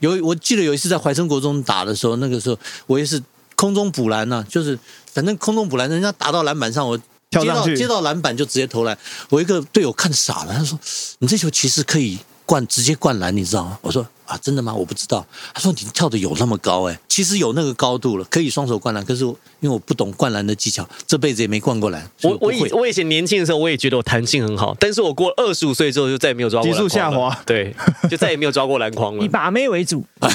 Speaker 1: 有我记得有一次在怀生国中打的时候，那个时候我也是空中补篮呢、就是反正空中补篮，人家打到篮板上，我
Speaker 3: 跳
Speaker 1: 接
Speaker 3: 上
Speaker 1: 到
Speaker 3: 去
Speaker 1: 接到篮板就直接投篮。我一个队友看傻了，他说：“你这球其实可以灌直接灌篮，你知道吗？”我说：“啊，真的吗？我不知道。”他说：“你跳的有那么高哎、其实有那个高度了，可以双手灌篮。可是我因为我不懂灌篮的技巧，这辈子也没灌过篮，所以
Speaker 6: 我我
Speaker 1: 我
Speaker 6: 以
Speaker 1: 不会。
Speaker 6: 我以前年轻的时候，我也觉得我弹性很好，但是我过二十五岁之后就再也没有抓过篮筐了
Speaker 3: 急速下滑
Speaker 6: 对，就再也没有抓过篮筐了
Speaker 2: 以。把妹为主，
Speaker 6: 那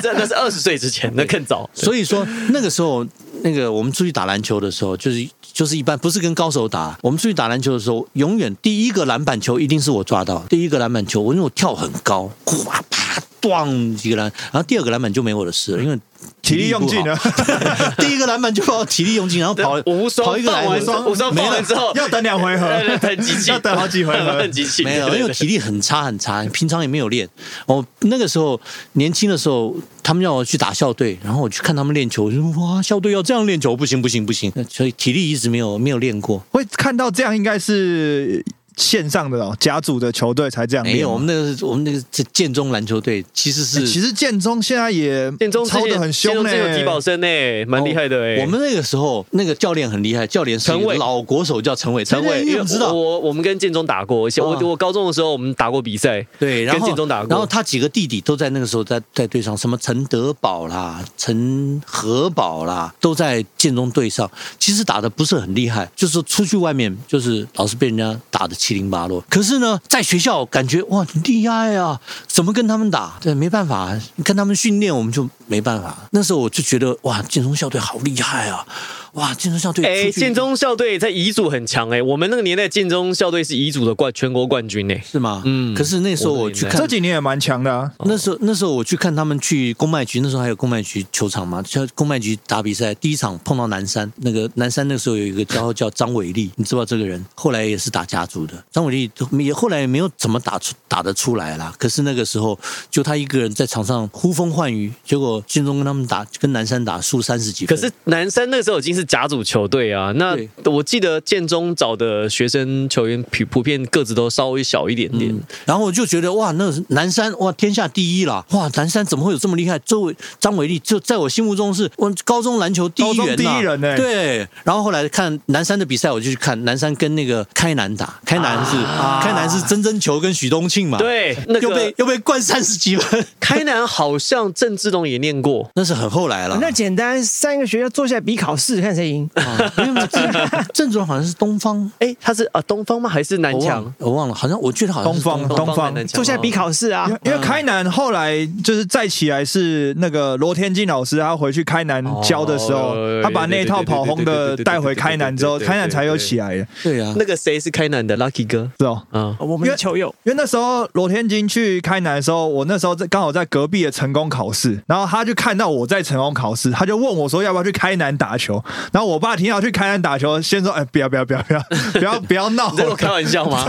Speaker 6: 是那是二十岁之前，那更早。
Speaker 1: 所以说那个时候，那个我们出去打篮球的时候，就是就是一般不是跟高手打，我们出去打篮球的时候，永远第一个篮板球一定是我抓到，第一个篮板球，我因为我跳很高，哗啪。咣几个篮，然后第二个篮板就没我的事了，因为
Speaker 3: 体力用 尽了
Speaker 1: 不好。第一个篮板就把我体力用尽，然后跑
Speaker 6: 对我无双
Speaker 1: 跑一个
Speaker 6: 放
Speaker 1: 来
Speaker 6: 完
Speaker 1: 回
Speaker 6: 之后无双
Speaker 1: 没
Speaker 6: 放
Speaker 1: 了
Speaker 6: 完之后，
Speaker 3: 要等两回合
Speaker 6: 很急 切，
Speaker 3: 要等好几回合
Speaker 6: 很急切，
Speaker 1: 没有，因为我体力很差很差，平常也没有练。我那个时候年轻的时候，他们让我去打校队，然后我去看他们练球，我就说哇，校队要这样练球，不行不行不行，所以体力一直没有没有练过。
Speaker 3: 会看到这样，应该是线上的哦，甲组的球队才这
Speaker 6: 嗯
Speaker 3: 样练吗。
Speaker 1: 没有，我们那个是我们那个是建中篮球队其实
Speaker 3: 欸
Speaker 6: 哎
Speaker 1: 是
Speaker 3: 其实建中现在也
Speaker 6: 建中之前
Speaker 3: 操的很
Speaker 6: 建
Speaker 3: 凶欸
Speaker 6: 中
Speaker 3: 呢、
Speaker 6: 之前有体保生呢，蛮厉害的哎。
Speaker 1: 哦我们那个时候那个教练很厉害，教练是一个
Speaker 6: 陈伟
Speaker 1: 老国手叫陈伟，
Speaker 6: 陈伟，
Speaker 1: 你
Speaker 6: 因
Speaker 1: 怎
Speaker 6: 为
Speaker 1: 么知道？
Speaker 6: 我我我们跟建中打过，我
Speaker 1: 啊
Speaker 6: 我我高中的时候我们打过比赛，
Speaker 1: 对，然
Speaker 6: 跟
Speaker 1: 后
Speaker 6: 建中打过，
Speaker 1: 然后他几个弟弟都在那个时候在在队上，什么陈德宝啦、陈和宝啦，都在建中队上。其实打的不是很厉害，就是说出去外面就是老是被人家打的七零八落。可是呢，在学校感觉哇你厉害啊，怎么跟他们打？对，没办法，跟他们训练我们就没办法。那时候我就觉得哇，建中校队好厉害啊，哇，建中校队
Speaker 6: 哎，
Speaker 1: 出去
Speaker 6: 建中校队在乙组很强哎，我们那个年代建中校队是乙组的冠全国冠军哎，
Speaker 1: 是吗？
Speaker 6: 嗯
Speaker 1: 可是那时候我
Speaker 6: 我的
Speaker 1: 去
Speaker 6: 年代
Speaker 1: 看
Speaker 3: 这几年也蛮强的啊。
Speaker 6: 哦
Speaker 1: 那时候那时候我去看他们去公卖局，那时候还有公卖局球场嘛，叫公卖局打比赛，第一场碰到南山，那个南山那时候有一个叫叫张伟丽，你知不知道这个人？后来也是打家族的，张伟丽也后来也没有怎么打出打得出来啦。可是那个时候就他一个人在场上呼风唤雨，结果建中跟他们打，跟南山打输三十几
Speaker 6: 可
Speaker 1: 分。
Speaker 6: 是南山那时候已经是甲组球队啊，那
Speaker 1: 对
Speaker 6: 我记得建中找的学生球员普普遍个子都稍微小一点点，
Speaker 1: 然后我就觉得哇，那南山哇天下第一啦！哇，南山怎么会有这么厉害？周围张伟丽就在我心目中是我高中篮球第一
Speaker 3: 高中
Speaker 1: 人、
Speaker 3: 第
Speaker 1: 呐。
Speaker 3: 一人欸
Speaker 1: 对。然后后来看南山的比赛，我就去看南山跟那个开南打，开南是、
Speaker 3: 啊
Speaker 1: 开南是曾真球跟许东庆嘛，，
Speaker 6: 对，那
Speaker 1: 又被
Speaker 6: 个
Speaker 1: 又被灌三十几分，
Speaker 6: 开南好像郑志龙也念过，
Speaker 1: 那是很后来了。
Speaker 2: 那简单，三个学校坐下来比考试，看谁赢。
Speaker 1: 啊没有 没有，郑郑主任好像是东方，
Speaker 6: 哎，他是啊东方吗？还是南
Speaker 1: 我忘
Speaker 6: 强
Speaker 1: 了？我忘了，好像我觉得好像是
Speaker 3: 东方
Speaker 1: 东
Speaker 3: 东方
Speaker 6: 南强
Speaker 2: 坐下来比考试啊
Speaker 3: 因为，因为开南后来就是再起来是那个罗天进老师，他回去开南教的时候
Speaker 6: 哦有有有，
Speaker 3: 他把那一套跑轰的带回开南之后，
Speaker 6: 对对对对对对对对对对
Speaker 3: 开南才有起来的，
Speaker 1: 对呀、啊，
Speaker 6: 哦那个谁是开南的 Lucky 哥？
Speaker 3: 是哦。
Speaker 6: 啊，
Speaker 2: 我们的球友
Speaker 3: 因为那时候罗天金去开南的时候，我那时候在刚好在隔壁的成功考试，然后他就看到我在成功考试，他就问我说要不要去开南打球。然后我爸听到去开南打球，先说：“哎，不要不要不要不要不要不要闹
Speaker 6: 你在跟我
Speaker 3: 了。
Speaker 6: 开玩笑 吗？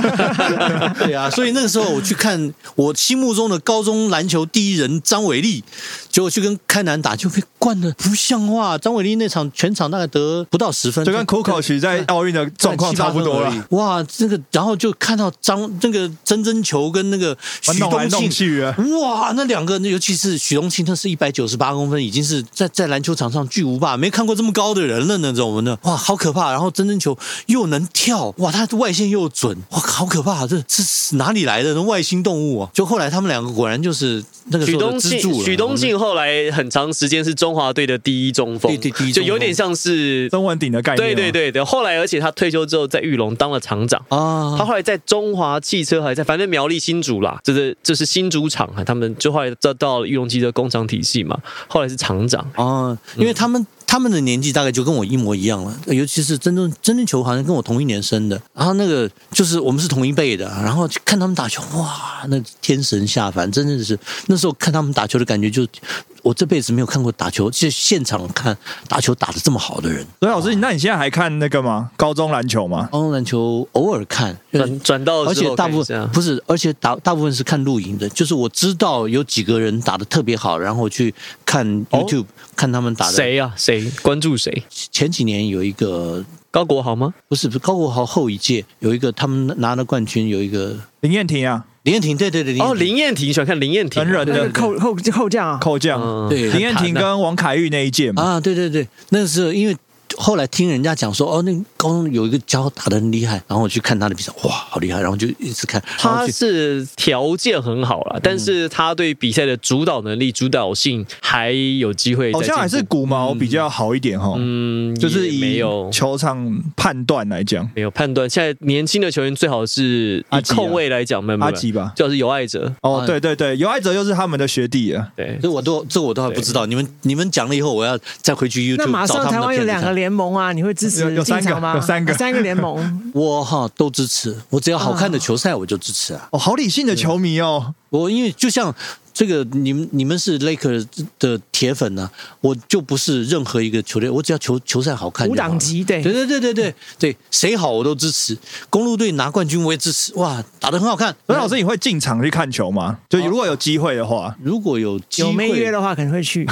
Speaker 1: 对啊，所以那个时候我去看我心目中的高中篮球第一人张伟丽，结果去跟开南打就被灌的不像话。张伟丽那场全场大概得不到十分，”
Speaker 3: 就跟 Coco 其在奥运的状况差不多
Speaker 1: 七
Speaker 3: 了
Speaker 1: 八分。而已。哇，这个然后就看到张那个曾真球跟那个许
Speaker 3: 弄来
Speaker 1: 东
Speaker 3: 弄
Speaker 1: 庆。
Speaker 3: 去啊，
Speaker 1: 哇，那两个，尤其是许东庆，他是一百九十八公分，已经是在在篮球场上巨无霸，没看过这么高的人了那种呢，哇，好可怕！然后真真球又能跳，哇，他的外线又准，哇，好可怕！这这是哪里来的那外星动物啊？就后来他们两个果然就是那个时
Speaker 6: 许
Speaker 1: 候
Speaker 6: 东
Speaker 1: 的支柱
Speaker 6: 进，
Speaker 1: 了。
Speaker 6: 许东进后来很长时间是中华队的第一中锋，
Speaker 1: 对对第一中锋
Speaker 6: 就有点像是
Speaker 3: 曾文鼎的概念。
Speaker 6: 对对，对对。后来，而且他退休之后，在玉龙当了厂长。
Speaker 1: 啊，
Speaker 6: 他后来在中华汽车，还在反正苗栗新竹啦，就是就是新竹厂啊，他们就后来到到了玉龙汽车工厂体系嘛，后来是厂长，
Speaker 1: 哦，因为他们、他们的年纪大概就跟我一模一样了，尤其是真正真正球好像跟我同一年生的，然后那个就是我们是同一辈的，然后就看他们打球，哇，那天神下凡，真的是那时候看他们打球的感觉就。我这辈子没有看过打球，就现场看打球打得这么好的人。
Speaker 3: 所以老师，那你现在还看那个吗？高中篮球吗？
Speaker 1: 高中篮球偶尔看，
Speaker 6: 转转到
Speaker 1: 而
Speaker 6: 之后
Speaker 1: 且大部
Speaker 6: 看一
Speaker 1: 分
Speaker 6: 下
Speaker 1: 不是，而且大大部分是看录影的。就是我知道有几个人打得特别好，然后我去看 YouTube、看他们打的。
Speaker 6: 哦谁啊谁关注谁？
Speaker 1: 前几年有一个
Speaker 6: 高国豪吗？
Speaker 1: 不是不是高国豪后一届有一个他们拿了冠军，有一个
Speaker 3: 林彦廷啊，
Speaker 1: 林彦廷，对对对，
Speaker 6: 哦，
Speaker 1: 彦
Speaker 6: 林彦廷喜欢看林彦廷啊，
Speaker 3: 能人
Speaker 2: 那个
Speaker 3: 的
Speaker 2: 扣扣扣将啊，
Speaker 3: 扣将，
Speaker 6: 嗯，
Speaker 1: 对
Speaker 3: 林彦廷跟王凯玉那一届
Speaker 1: 廷
Speaker 3: 嘛。
Speaker 1: 啊，对对对，那时候因为后来听人家讲说，哦，那高中有一个教打的很厉害，然后我去看他的比赛，哇，好厉害，然后就一直看，然后
Speaker 6: 他
Speaker 1: 去
Speaker 6: 是条件很好
Speaker 3: 嗯
Speaker 6: 啦，但是他对比赛的主导能力、主导性还有机会再
Speaker 3: 好
Speaker 6: 进步，
Speaker 3: 像还是古毛比较好一点哈，
Speaker 6: 嗯，
Speaker 3: 就是
Speaker 6: 也没
Speaker 3: 以
Speaker 6: 有
Speaker 3: 球场判断来讲，
Speaker 6: 没有判断。现在年轻的球员最好是
Speaker 3: 阿
Speaker 6: 以
Speaker 3: 吉啊
Speaker 6: 控卫来讲，没有没有
Speaker 3: 阿吉吧
Speaker 6: 最好是有爱者。
Speaker 3: 哦
Speaker 1: 啊，
Speaker 3: 对对对，尤爱哲又是他们的学弟啊。
Speaker 6: 对，
Speaker 1: 这我都这我都还不知道，你们你们讲了以后，我要再回去 YouTube
Speaker 2: 那马
Speaker 1: 找
Speaker 2: 上
Speaker 1: 他
Speaker 2: 台
Speaker 1: 们的
Speaker 2: 湾有
Speaker 1: 片子
Speaker 2: 两个
Speaker 1: 看
Speaker 2: 联盟啊，你会支
Speaker 3: 有
Speaker 2: 持
Speaker 3: 有三
Speaker 2: 进
Speaker 3: 个
Speaker 2: 场吗？
Speaker 3: 有三个
Speaker 2: 三个联盟，
Speaker 1: 我哈都支持，我只要好看的球赛我就支持啊。
Speaker 3: 哦，好理性的球迷哦，
Speaker 1: 我因为就像这个你们你们是 Laker 的铁粉呢、我就不是任何一个球队，我只要球球赛好看就好
Speaker 2: 无
Speaker 1: 了。
Speaker 2: 党籍对
Speaker 1: 对对对对对对，谁好我都支持。公路队拿冠军我也支持，哇，打得很好看。
Speaker 3: 文老师，你会进场去看球吗？就如果有机会的话，
Speaker 1: 如果有机
Speaker 2: 有妹
Speaker 1: 会
Speaker 2: 约的话可能 会去。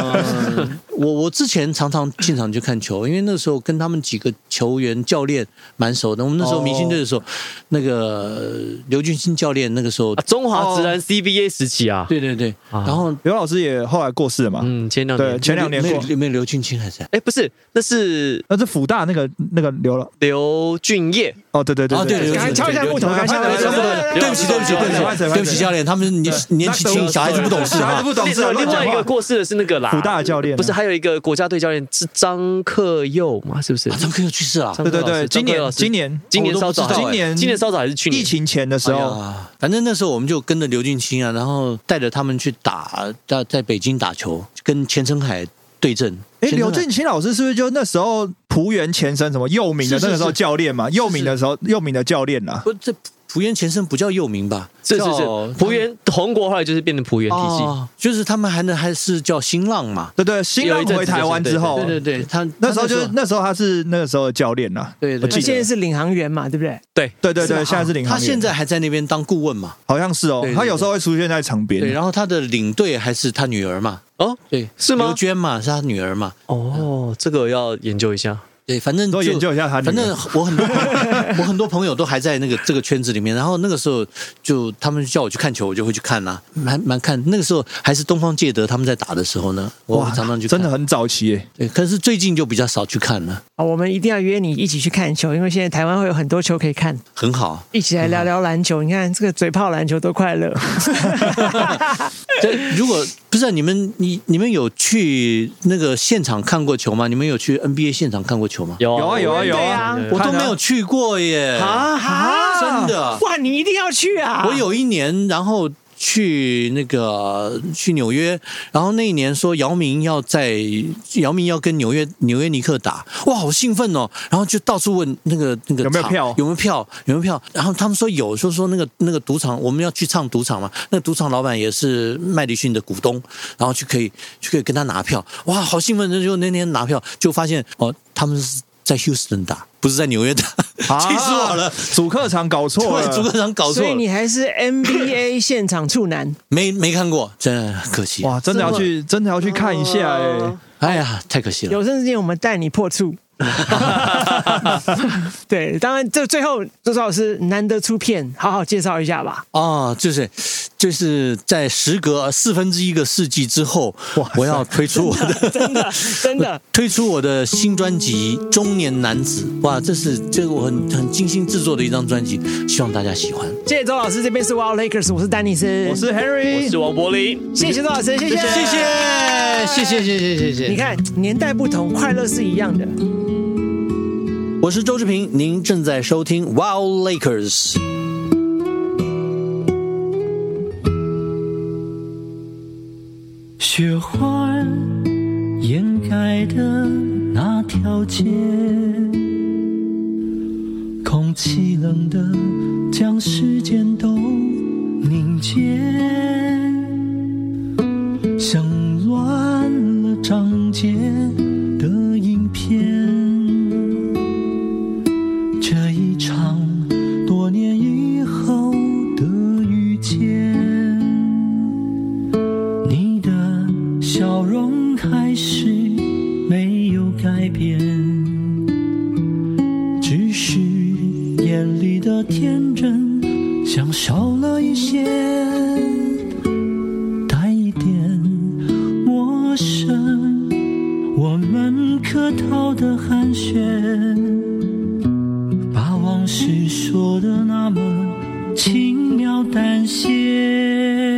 Speaker 1: 嗯我我之前常常进场去看球，因为那时候跟他们几个球员、教练蛮熟的。我们那时候明星队的时候，那个呃刘俊兴教练那个时候，
Speaker 6: 啊中华直男 CBA 时期啊，
Speaker 1: 对对对，
Speaker 6: 啊
Speaker 1: 然后
Speaker 3: 刘老师也后来过世了嘛？
Speaker 6: 嗯，前两
Speaker 3: 对，
Speaker 6: 年，
Speaker 3: 前两年
Speaker 1: 没有
Speaker 3: 过，
Speaker 1: 没有没有刘俊兴还在。
Speaker 6: 哎，不是，那是
Speaker 3: 那是辅大那个那个刘老，
Speaker 6: 刘俊业，
Speaker 3: 哦，对对对
Speaker 1: 哦对
Speaker 3: 对
Speaker 1: 刘
Speaker 2: 赶快敲一下木头，赶快敲
Speaker 3: 对
Speaker 2: 一下木头
Speaker 3: 对对。
Speaker 1: 对不起，对不起，对
Speaker 3: 拍
Speaker 1: 不
Speaker 3: 手拍
Speaker 1: 起，
Speaker 3: 手
Speaker 1: 对不起，教练，他们年年纪轻，小孩子不懂事
Speaker 3: 小
Speaker 1: 哈
Speaker 3: 孩子不。懂事，
Speaker 6: 啊另
Speaker 3: 乱讲
Speaker 6: 外一个
Speaker 3: 话
Speaker 6: 过世的是那个啦，
Speaker 3: 辅大的教练啊
Speaker 6: 不是还有一个国家队教练是张克佑嘛？是不是
Speaker 1: 啊？张克又去世了。
Speaker 3: 对对对
Speaker 6: 张克佑老师
Speaker 3: 今年
Speaker 6: 张克佑
Speaker 1: 我都不
Speaker 3: 今年
Speaker 6: 老师今年稍
Speaker 1: 知
Speaker 6: 早，
Speaker 1: 道
Speaker 3: 今年
Speaker 6: 今年稍早还是去年？
Speaker 3: 疫情前的时
Speaker 1: 哎
Speaker 3: 候，
Speaker 1: 呀，反正那时候我们就跟着刘俊兴啊，然后带着他们去打，在在北京打球，跟钱成海对阵。
Speaker 3: 哎，
Speaker 1: 钱
Speaker 3: 刘
Speaker 1: 诚海
Speaker 3: 俊清老师是不是就那时候浦原前身什么佑名的
Speaker 1: 是是
Speaker 3: 那个时候
Speaker 1: 是
Speaker 3: 教练嘛？佑名的时候，佑名的教练啊呐，
Speaker 1: 不，这浦原前身不叫幼名吧？
Speaker 6: 是是
Speaker 1: 叫
Speaker 6: 是，浦原红国后来就是变成浦原体系。
Speaker 1: 哦，就是他们还能还是叫新浪嘛？哦
Speaker 3: 对对，新浪
Speaker 6: 有一阵子
Speaker 3: 回台湾之后
Speaker 1: 对，对对，他
Speaker 3: 那时候就是
Speaker 1: 他
Speaker 3: 那时候他是那个时候的教练呐，
Speaker 1: 对对对
Speaker 3: 我记
Speaker 2: 他现在
Speaker 3: 得，
Speaker 2: 是领航员嘛，对不对？
Speaker 6: 对，
Speaker 3: 对对
Speaker 1: 啊
Speaker 3: 对，现在是领航
Speaker 1: 他
Speaker 3: 员，
Speaker 1: 现在还在那边当顾问嘛？
Speaker 3: 好像是哦
Speaker 1: 对，对
Speaker 3: 他有时候会出现在场
Speaker 1: 对，
Speaker 3: 边，
Speaker 1: 然后他的领队还是他女儿嘛？
Speaker 6: 哦
Speaker 1: 对，
Speaker 6: 是吗
Speaker 1: 刘娟嘛，是他女儿嘛？
Speaker 6: 哦，这个要研究一下。
Speaker 1: 对，反正
Speaker 3: 多
Speaker 1: 就
Speaker 3: 研究一下他女儿
Speaker 1: 反正我很多我很多朋友都 还在那个这个圈子里面，然后那个时候就他们叫我去看球，我就会去看啊，蛮蛮看。那个时候还是东方介德他们在打的时候呢，我
Speaker 3: 哇
Speaker 1: 会，常常去看。
Speaker 3: 真的很啊早期耶，
Speaker 1: 对，可是最近就比较少去看了，
Speaker 2: 啊，我们一定要约你一起去看球，因为现在台湾会有很多球可以看，
Speaker 1: 很好。啊
Speaker 2: 一起来聊聊篮球。你看这个嘴炮篮球多快乐，
Speaker 1: 这如果不是啊、你们，你你们有去那个现场看过球吗？你们有去 NBA 现场看过球吗？
Speaker 6: 有
Speaker 3: 有啊有啊有
Speaker 2: 对
Speaker 3: 啊
Speaker 2: 啊，
Speaker 1: 我都没有去过耶！ 啊，
Speaker 2: 啊
Speaker 1: 真的，
Speaker 2: 哇，你一定要去啊！
Speaker 1: 我有一年，然后去那个去纽约，然后那一年说姚明要在姚明要跟纽约纽约尼克打，哇，好兴奋哦！然后就到处问那个那个
Speaker 3: 有没有
Speaker 1: 场
Speaker 3: 票
Speaker 1: 有没有票有没有票，然后他们说有，说说那个那个赌场我们要去唱赌场嘛，那个赌场老板也是麦迪逊的股东，然后去可以去可以跟他拿票，哇，好兴奋！那就那天拿票就发现哦，他们是在 Houston 打，不是在纽约打，
Speaker 3: 啊
Speaker 1: 气死我了！
Speaker 3: 主客场搞 错了，
Speaker 1: 对，足球场搞错
Speaker 2: 所以
Speaker 1: 了，
Speaker 2: 你还是 NBA 现场处男，
Speaker 1: 没没看过，真的很可惜。
Speaker 3: 哇，真的要去，真的要去看一下哎。
Speaker 1: 哎呀，太可惜了。
Speaker 2: 有生之年我们带你 破处。对，当然这最后周周老师难得出片，好好介绍一 下吧。
Speaker 1: 哦，就是就是在时隔四分之一个世纪之后，我要推出我的
Speaker 2: 真的，真的
Speaker 1: 推出我的新专辑《中年男子》。哇，这是这个我很很精心制作的一张专辑，希望大家喜欢。
Speaker 2: 谢谢周老师，这边是 Wow Lakers，我是丹尼斯，
Speaker 3: 我是 Harry，
Speaker 6: 我是王柏林。
Speaker 2: 谢谢周老师，谢谢
Speaker 1: 谢谢谢谢谢谢谢谢谢，
Speaker 2: 你看年代不同，快乐是一样的。
Speaker 1: 我是周志平，您正在收听《Wow Lakers》。
Speaker 7: 雪花掩盖的那条街，空气冷的将时间都凝结，像乱了章节的影片。这一场多年以后的遇见。你的笑容还是没有改变，只是眼里的天真像少了一些，带一点陌生，我们客套的寒暄，把往事说的那么轻描淡写。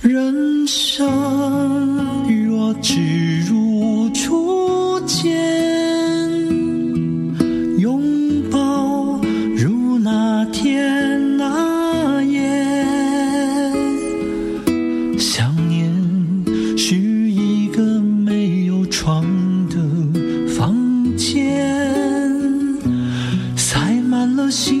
Speaker 7: 人生若只如初见，拥抱如那天那夜，想念是一个没有床的房间，塞满了信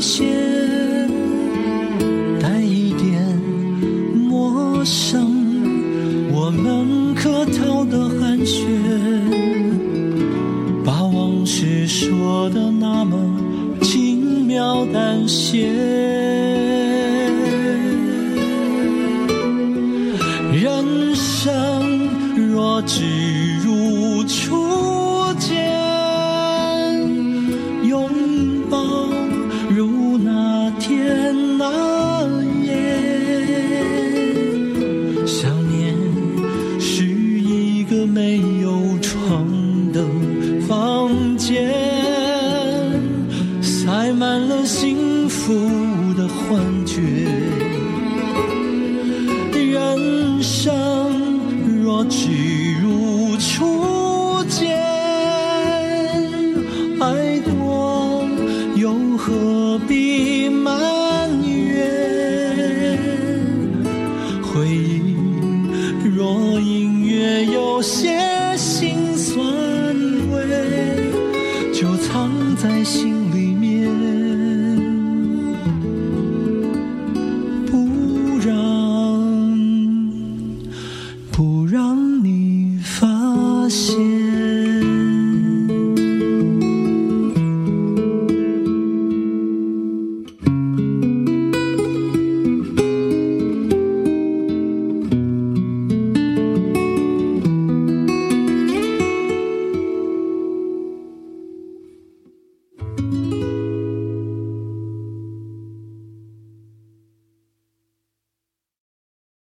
Speaker 7: 间带一点陌生，我们客套的寒暄，把往事说的那么轻描淡写。人生若只如初见，拥抱如那天那夜。想念是一个没有床的房间，塞满了幸福的幻